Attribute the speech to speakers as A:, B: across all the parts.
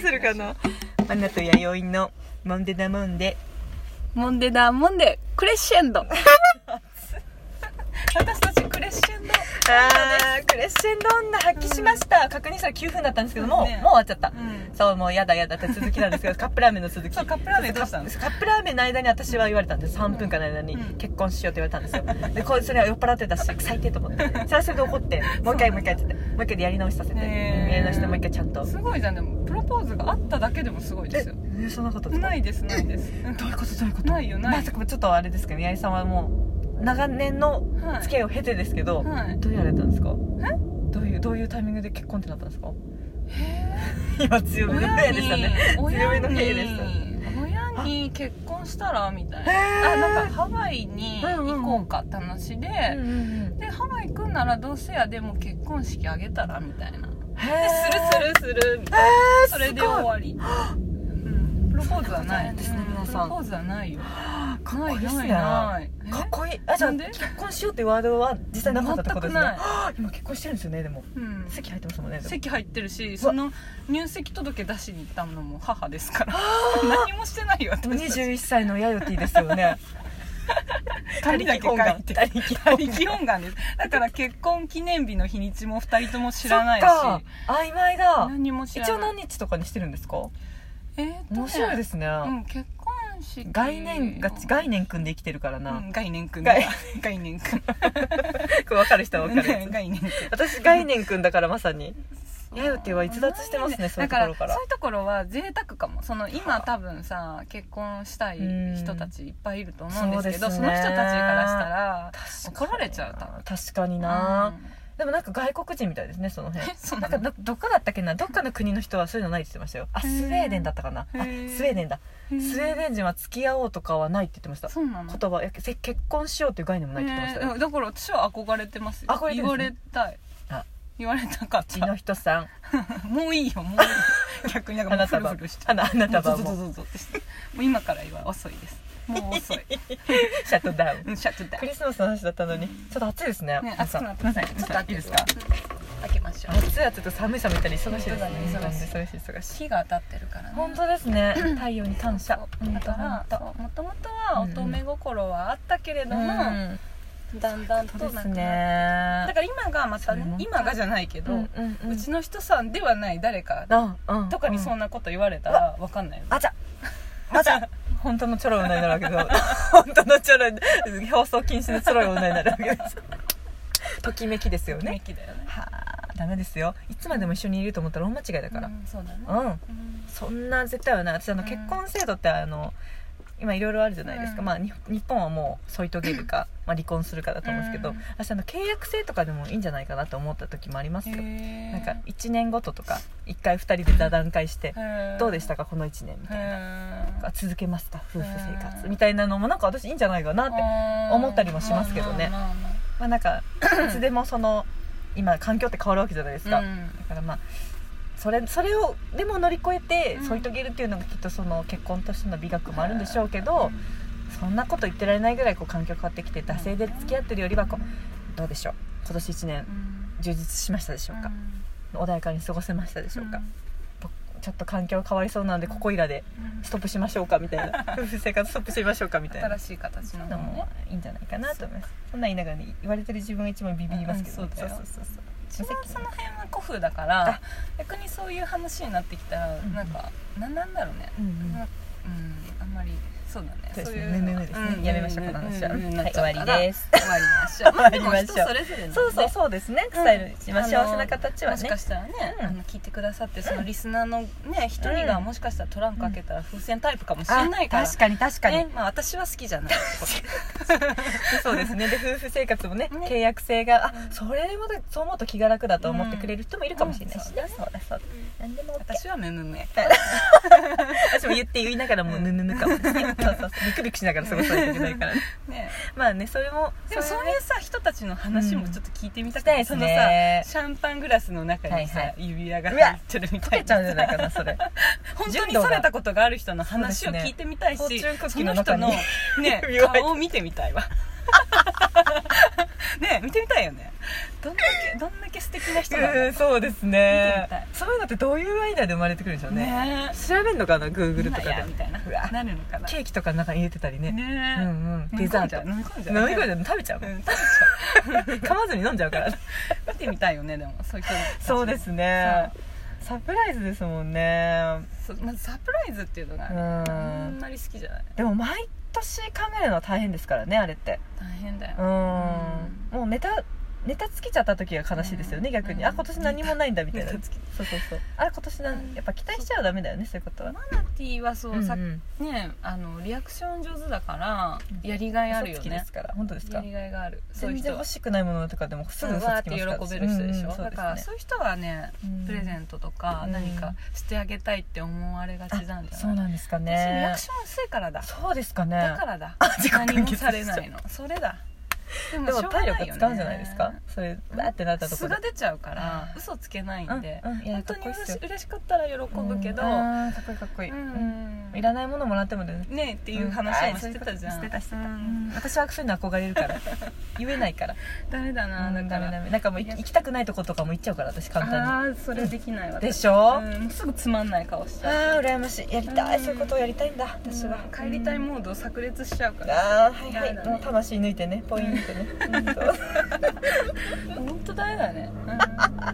A: するかな
B: アナと弥生のモンデダモンデ
A: モンデダモンデクレッシェンド 私たちクレッシェンド
B: あークレッシェンド女発揮しました、確認したら9分だったんですけども、
A: ね
B: もう終わっちゃった、
A: うん
B: そうもうやだやだって続きなんですけどカップラーメンの続き
A: そうカップラーメンどうしたの
B: カップカップラーメンの間に私は言われたんです3分間の間に
A: うん
B: 結婚しようって言われたんですよでこうそれは酔っ払ってたし最低と 思ってそれはそれで怒ってもう一回もう一回やってもう一回でやり直しさせて、
A: ねえ
B: やり直してもう一回ちゃんと
A: すごいじゃんでもプロポーズがあっただけでもすごいですよ
B: えそんなことですか
A: ないですないですうん
B: どういうことどういうこと
A: ないよない
B: まあそこちょっとあれですけど八重さんはもう長年の
A: はい
B: 付き合いを経てですけど、
A: はい
B: どうやられたんですかどういうどういうタイミングで結婚ってなったんですか 今強めの部屋でしたね強め
A: 親
B: の部
A: に
B: 屋でしたね
A: 親に結婚したらみたい
B: へ
A: な
B: ー
A: あなんかハワイに行こうかって話で、でハワイ行くんならどうせやでも結婚式あげたらみたいなでするするするみたいなそれで終わり、うん、プロポーズはない
B: そんなことないんですね
A: うん
B: 皆さん
A: プロポーズはないよ
B: かっこいいです
A: ない
B: ね
A: な
B: か
A: いない
B: っこいいあじゃあ
A: なんで
B: 結婚しようってワードは実際なかったってことですね
A: 全くない
B: あ今結婚してるんですよねでも
A: えうん
B: 席入ってますもんねでも
A: 席入ってるしその入籍届出しに行ったのも母ですから何もしてないよ
B: でも
A: 私たち
B: 21歳のヤヨティですよ ね
A: 二人だけ書いて
B: 他力本
A: 他
B: 願
A: 力本願ですだから結婚記念日の日にちも2人とも知
B: 知
A: らないし
B: 曖昧だ
A: 何も知ら
B: 一
A: ない
B: 応何日とかにしてるんですか
A: えーっとね
B: 面白いですね、
A: うん結婚式
B: 概念が概念組んで生きてるからな、
A: うん概念くん
B: 概
A: 概念くん
B: 分かる人は分かるや つ
A: 概念くん
B: 私概念君だからまさにやよては逸脱してますねそういうところ
A: だ
B: か
A: から
B: ら
A: そういうところは贅沢かもその今多分さ結婚したい人たちいっぱいいると思うんですけど
B: うん
A: そ
B: そう
A: の
B: ですね
A: 人たちからしたら
B: 確か
A: 怒
B: に
A: られちゃう多分
B: 確かにな、でもなんか外国人みたいですねその辺
A: え そう
B: な
A: なんの
B: かどどこだったっけなどっかの国の人はそういうのないって言ってましたよあ
A: へ
B: スウ
A: ー
B: ェーデンだったかなあスウ
A: へー
B: ェーデンだ
A: へ
B: スウ
A: ー
B: ェーデン人は付き合おうとかはないって言ってました
A: そうなの
B: 言葉いやせ結婚しようっていう概念もないって言ってましたよ
A: えーだから私は憧れてますよ
B: 憧れてる
A: 言
B: ん
A: わ
B: です
A: れたい
B: あ
A: 言われたかっ
B: うちの
A: た
B: 人さん
A: もういいよ もういいよ逆になんかもう
B: 花
A: フル
B: 束
A: フルして
B: あの花
A: も
B: 束
A: う
B: も
A: ゾゾゾゾゾってしてもう今から言わ遅いですもう遅い
B: シャットダウン
A: うんシャットダ
B: ク
A: ウ
B: リスマスの話だったのにちょっと暑いですね
A: ンね
B: 皆
A: 暑
B: さ
A: く
B: ん
A: なってますねちょっと
B: いいですか
A: 開けましょう
B: 暑い暑いと寒い寒いったり忙しいですね
A: 本当だね忙しい
B: 忙しい忙しい
A: 日が当たってるからね
B: 本当です ね太陽に感謝
A: そうだからそうもともとは乙女心はあったけれども、
B: うん
A: だんだんと
B: そう
A: なく
B: で
A: なっ
B: す
A: て
B: ね
A: だから今がまた
B: それ
A: ね
B: も
A: 今がじゃないけど、う
B: うんうんうん
A: ちの人さんではない誰か
B: あうん
A: とかにそん
B: ん
A: なこと言われたらわかんないよね
B: あちゃあちゃ本当のチョロい女になるわけです 本当のチョロい放送禁止のチョロい女になるわけですときめきですよ
A: メ
B: ね
A: キだよね
B: はあダメですよいつまでも一緒にいると思ったら大間違いだから
A: うんそうだね
B: うん
A: うん
B: そんな絶対はない私あの
A: うん
B: 結婚制度ってあの今いろいろあるじゃないですか、
A: うん
B: まあ、に日本はもう添い遂げるか、まあ、離婚するかだと思うんですけど、
A: うん
B: 私あの契約制とかでもいいんじゃないかなと思った時もありますよ
A: へ
B: な
A: ー
B: んか1年ごととか1回2人で座談会して
A: へー
B: どうでしたかこの1年みたいな
A: へー
B: あ続けますか夫婦生活
A: うん
B: みたいなのもなんか私いいんじゃないかなって思ったりもしますけどね
A: まあまあまあ
B: まあなん かいつでもその今環境って変わるわけじゃないですか、
A: うん
B: だからまあそれそれをでも乗り越えて
A: うん
B: 添い遂げるっていうのがきっとその結婚としての美学もあるんでしょうけど、そんなこと言ってられないぐらいこう環境変わってきて惰性で付き合ってるよりはこうどうでしょう今年1年
A: うん
B: 充実しましたでしょうか、穏やかに過ごせましたでしょうか、ちょっと環境変わりそうなんでここいらで
A: うん
B: ストップしましょうかみたい な夫婦生活ストップしましょうかみたいな
A: 新しい形の
B: の
A: ものね
B: もいいんじゃないかなと思いますそんなん言いながらね言われてる自分が一番ビビりますけど、
A: うんそうだよ
B: そうそうそう
A: 一番
B: 無責
A: そ
B: 任
A: の辺は古風だか
B: あ
A: ら逆にそういう話になってきたら
B: ん
A: なんかなんなんだろうね
B: うんうん
A: うんあんまりそうだね
B: そうで
A: そう
B: す
A: い
B: ね
A: う
B: ねね
A: の
B: ねですね
A: うん
B: やめましょうこの話は
A: うんうんうん
B: はい
A: なっちゃうから
B: 終わりです
A: 終わりましょうまあでも
B: 終わりまし
A: 人
B: ょう
A: それぞれなんで
B: そうそうそうですねスタイルにしましょう、
A: あの
B: 幸せな形は
A: もし
B: ね
A: かしたらね、
B: うん
A: あの聞いてくださってそのリスナーのね一人がもしかしたらトランク開けたら風船タイプかもしれないから、
B: あ確かに確かに、
A: ねまあ、私は好きじゃ ない
B: そうですねで夫婦生活もね
A: ね
B: 契約性があ
A: うん
B: それもだそう思うと気が楽だと思ってくれる人もいるかもしれないし、
A: うん
B: ねそうだそうだ何でも OK
A: 私はムムム
B: 私も言って言いながらもうムムムかもですね そうそうそうビクビクしながら過ごさないといけないからね
A: ね
B: まあねそれも
A: でもそう
B: れ
A: い
B: ね
A: うさ人たちの話もちょっと聞いてみたく
B: したい
A: て、
B: です
A: そのさ
B: ね
A: シャンパングラスの中にさ、
B: はいはい
A: 指輪が入ってるみ
B: 溶
A: たいな
B: けちゃうんじゃないかなそれ
A: 本当にされたことがある人の話を聞いてみたいし
B: そう
A: そ,、
B: ですねフォーチュンクッキー
A: の
B: の
A: 人
B: 中
A: の
B: に
A: ね
B: 指輪入って
A: 顔を見てみたいわ ね見てみたいよねどんだけどんだけ素敵な人なんだ
B: うん そうです
A: 見て
B: ね
A: みたい
B: そういうのってどういうアイデアで生まれてくるんでしょうね
A: ね
B: 調べるのかなグーグルとか
A: 今や
B: で
A: みたいな
B: うわ
A: なるのかな
B: ケーキとかの中に入れてたりね
A: ね
B: うんうんデザート
A: 飲み込んじゃ
B: 飲
A: う
B: み
A: 飲み込
B: 込ん
A: ん
B: じ
A: じ
B: ゃ
A: ゃうう
B: う食べちゃう
A: ん
B: 噛まずに飲んじゃうから
A: 見てみたいよねでもそういう人たち
B: そうですねサプライズですもんね
A: そうまずサプライズっていうのが
B: う
A: ねあん
B: ん
A: まり好きじゃない
B: でも毎年考えるのは大変ですからねあれって
A: 大変だよ
B: うんもうネタネタ尽きちゃった時が悲しいですよね
A: うん
B: 逆に
A: うん
B: あ今年何もないんだみたいな
A: ネ
B: そう
A: タ尽
B: そうそうあ今年な
A: うん
B: やっぱ期待しちゃダメだよねそういうことは
A: マナティーはそう、さ
B: うんうん
A: ねあのリアクション上手だから
B: うん
A: やりがいあるよ
B: 嘘つきで
A: ね
B: すから本当です
A: や
B: か
A: りがいがあるそういう
B: 全
A: 人
B: 然
A: は
B: 欲しくないものとかでもすぐ
A: うん
B: 嘘つき
A: わー
B: ま
A: っ
B: す
A: て
B: から
A: 喜べる人でしょ、
B: うんうんそう
A: だ
B: ですね
A: からそういう人はね
B: うん
A: プレゼントとか
B: うん
A: 何かしてあげたいって思われがちなんじゃない、
B: そうなんですか
A: 私リア
B: ね
A: クション薄いからだ
B: そうですかね
A: だからだ
B: あ自己完結
A: 何もされないのそれだで
B: でも
A: しょうが
B: 体
A: な
B: 力
A: いよね
B: 使うんじゃないですかそれわーってなったとこ
A: 素
B: ろ
A: が
B: で
A: 出ちゃうから
B: うん
A: 嘘つけないんで、
B: うんうんいや
A: 本当
B: かっこ
A: に
B: いいっす
A: 嬉
B: よ
A: し嬉しかったら喜ぶけど、
B: う
A: うんん
B: あーかっこいいかっこいい、うんいらないものもらってもね
A: ねえっていう話もしてたじゃん、
B: してたしてた、
A: うん
B: 私はそういうの憧れ るから言えないから
A: ダメだな、だから
B: ダメダメなんかもうい行きたくないとことかも行っちゃうから私簡単に
A: ああそれできないわ
B: でしょ
A: うん、すぐつまんない顔しちゃう
B: ああ羨ましいやりたい、
A: うん
B: そういうことをやりたいんだ私は、
A: 帰りたいモードを炸裂しちゃうから
B: ああはいはい、
A: やだね
B: もう魂抜いてねポインってね、うんと
A: 本当ダメだね、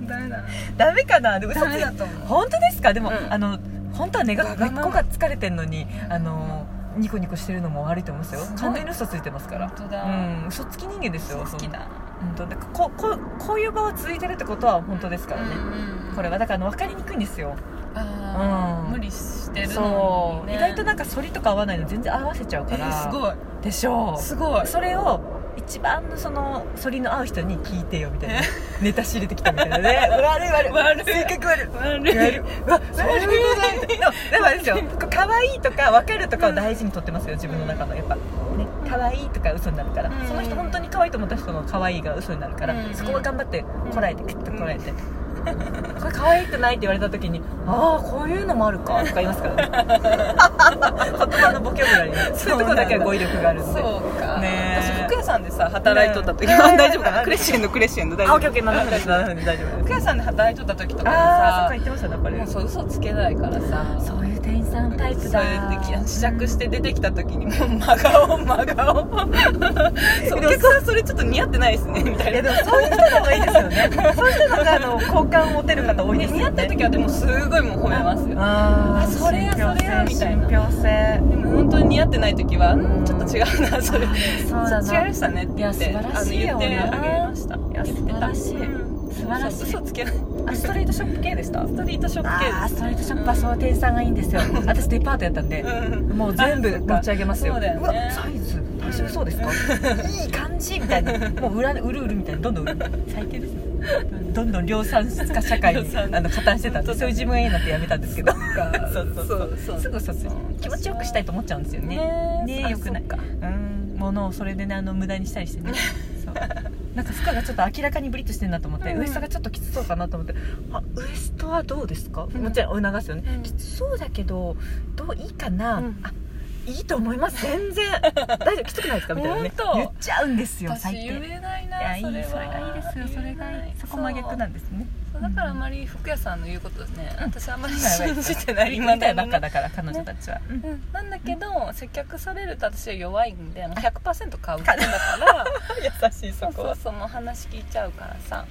A: うん、ダメ だな
B: ダメかなで嘘つ
A: ダメ
B: い
A: だと思う
B: 本当ですかでも、
A: うん
B: あの本当は根が
A: わ
B: 根
A: が
B: っ
A: まま
B: こが疲れてんのにあのニコニコしてるのも悪いと思いますよ
A: すごい
B: 完全に嘘ついてますから
A: 本当だ
B: うん嘘つき人間ですよ
A: 好きだ
B: 本当でこここういう場は続いてるってことは本当ですからね、
A: うん
B: これはだから分かりにくいんですよ、
A: あー
B: うん
A: 無理してる
B: そ
A: の
B: う、
A: に、ね、
B: 意外となん
A: か
B: か反りとか合わないの全然合わせちゃう
A: え
B: から、
A: ー、すごい
B: でしょ
A: すごいう
B: それを一番のその反りの合う人に聞いてよみたいな
A: え
B: ネタ仕入れてきたみたいなね悪い悪い
A: 悪い
B: 性格悪い
A: 悪い
B: やるうわそういうことだみたいなでもあれですよこう可愛いとか分かるとかを大事にとってますよ自分の中のやっぱね可愛いとか嘘になるから
A: うん
B: その人本当に可愛いと思った人の可愛いが嘘になるから
A: うん
B: そこは頑張ってこらえてクッとこらえて。これ可愛くないって言われた時に「ああこういうのもあるか」とか言います からね言葉のボキャブラリーそういうとこだけは語彙力があるんで
A: そうか、
B: ねえ
A: 私服屋さんでさ働いとった時、は大丈夫かなクレッシェンドクレッシェンド大
B: あ
A: 丈
B: オッケー
A: 夫
B: オッケー7分です7分で大丈夫です
A: 服屋さんで働いとった時とかも
B: ああそっか
A: さ
B: 言ってましたねやっぱり
A: もうそう嘘つけないからさ
B: そういう店員さんタイプ
A: そう
B: だ
A: いう時試着して出てきた時にもう真顔真顔そうお客さんそれちょっと似合ってないです ねみた
B: いや
A: い
B: で
A: な
B: もそういう人の方がいいですよねそういう人の方があの好感を持てる方多い
A: ね
B: です
A: 似合
B: よ
A: って
B: ね
A: る時はでもすごいもう褒めますよ
B: あ
A: あそれやそれやみたいな
B: 信憑性
A: でも本当に似合ってない時はうんちょっと違うなそれ
B: そうだな
A: 違いましたねって言って
B: いや素晴らしいよ
A: あの
B: な
A: 言ってあげました
B: いや素晴らしい
A: うん
B: 素晴らしい
A: 嘘嘘つけない
B: あストリートショップ系でした
A: ストリートショップ系
B: あー
A: です
B: ストリートショップはそういう店員さんがいいんですよ私デパートやったんで
A: うん
B: もう全部持ち上げますよ
A: あそうだよね
B: わサイズ大丈夫そうですかいい感じみたいなもう裏売る売るみたいなどんどん売る最低ですねどんどん量産化社会
A: 量
B: にあ
A: 産
B: の加担してたんでそういう自分がいいなってやめたんですけどそうそうそう
A: そう
B: すぐそうする気持ちよくしたいと思っちゃうんですよね
A: ね
B: ねえよくない
A: あそっ
B: うんものをそれでねあの無駄にした りしてねそうなんか服がちょっと明らかにブリッとしてるなと思って、
A: うん
B: ウエストがちょっときつそうかなと思ってあウエストはどうですか、
A: うん
B: もちろん促すよね、
A: うん
B: きつそうだけどどういいかな、
A: うん
B: あいいと思います全然大丈夫きつくないで すかみたいなね
A: 本当
B: 言っちゃうんですよ
A: 私
B: 最低
A: 言えない
B: いや
A: ない
B: い
A: そ
B: そ
A: れ
B: れ
A: は
B: がいいですよそれがいいそこ真逆なんですね
A: そうだからあまり服屋さんの言うことね、私あんまり信じてない今
B: 今だ
A: だ
B: よバ
A: の
B: カ
A: ね
B: だから彼女たちは、 うん
A: うん、なんだけど、接客されると私は弱いんであの100%買う人だから
B: 優しいそ
A: そう
B: こ
A: そう
B: は
A: そうもう話聞いちゃうからさ、うん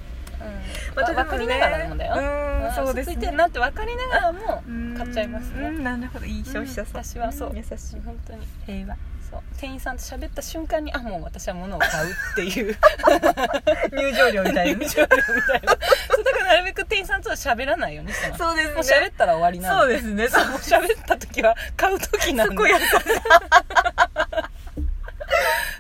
B: まあでもね
A: わ分かりながらもだよ、
B: うん
A: ん
B: そうですね
A: 嘘ついてんなって分かりながらも
B: うん
A: 買っちゃいますね、
B: うんなるほどいい消費者さん、
A: うん私はそうん
B: 優しい
A: 本当に
B: 平和
A: そう店員さんと喋った瞬間にあもう私は物を買うっていう
B: 入場料みた
A: 入場
B: いな
A: 料みたいなそうだからなるべく店員さんとは喋らないようにしてます
B: そうですね
A: もう喋ったら終わりなの
B: そうですねそう
A: もう喋った時は買う時なん
B: そ
A: で
B: こ優しい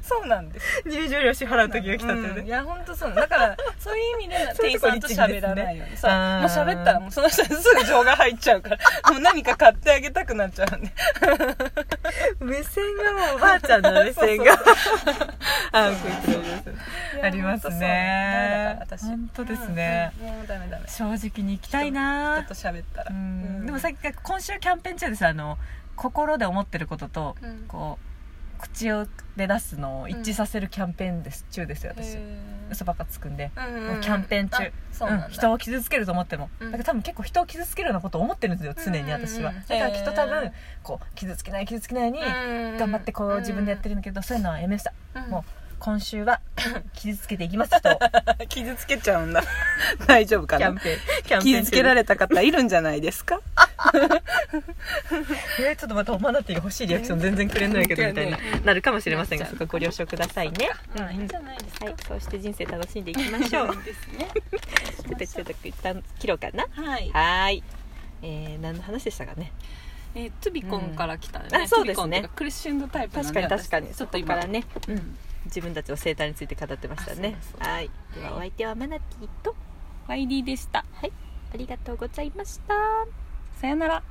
A: そうなんです
B: 入場料支払う時が来たって
A: うんい
B: ね、
A: や本当そうだからそういう意味で
B: そう
A: 店
B: いう
A: 員
B: とこ
A: さんと喋らないようにそうもう
B: あー
A: 喋ったらもうその人にすぐ情が入っちゃう からもう何か買ってあげたくなっちゃうんで
B: 目線がもうおばあちゃんの目線があこいつ大丈夫です ありますね
A: 本当そう
B: 本当ですね
A: うんもうダメダメ
B: 正直に行きたいな
A: 人と喋ったら
B: うんでも
A: さ
B: さっき今週キャンペーン中ですあの心で思ってることと、
A: うん
B: こう口をで出すのを一致させるキャンペーンです、中ですよ
A: へ
B: 私
A: ー
B: 嘘ばっかつくんで、
A: うんうん
B: もうキャンペーン中
A: あそうなんだ
B: うん人を傷つけると思っても、
A: うん
B: だから多分結構人を傷つけるようなことを思ってるんですよ常に私は、
A: うんうんうん
B: だからきっと多
A: へー
B: 分こう傷つけない傷つけないように頑
A: 頑
B: 張ってこう自分でやって
A: る、
B: るんだけど、そういうのはやめました
A: うん
B: もう今週 は傷つけていきます人を
A: 傷つけちゃうんだ大丈夫か
B: キャ
A: な
B: ンペーンキャンペーン
A: 傷つけら
B: れ
A: れた方いるんじゃないですか
B: えーちょっとまたおマナティーが欲しいリアクション全然くれないけどみたいななるかもしれませんがそこご了承くださいねうん
A: いいんじゃないですか、
B: はい、そうして人生楽しんでいきま しょう
A: ですね
B: ちょっとちょっと一旦切ろうかな
A: はい
B: はーいえー、何の話でしたかね
A: えー、トゥビコンから来たね、
B: うんあそう
A: トゥビ
B: ですね
A: コンっていかクリスチェンドタイプな
B: 確
A: ん
B: か
A: で
B: に確かに
A: 私
B: そこからね、
A: う
B: うん
A: ん、
B: 自分たちの生態について語ってましたね
A: あそうだそうだ
B: はーいではお相手はマナティーと
A: YD でした
B: ありがとうございました
A: さよなら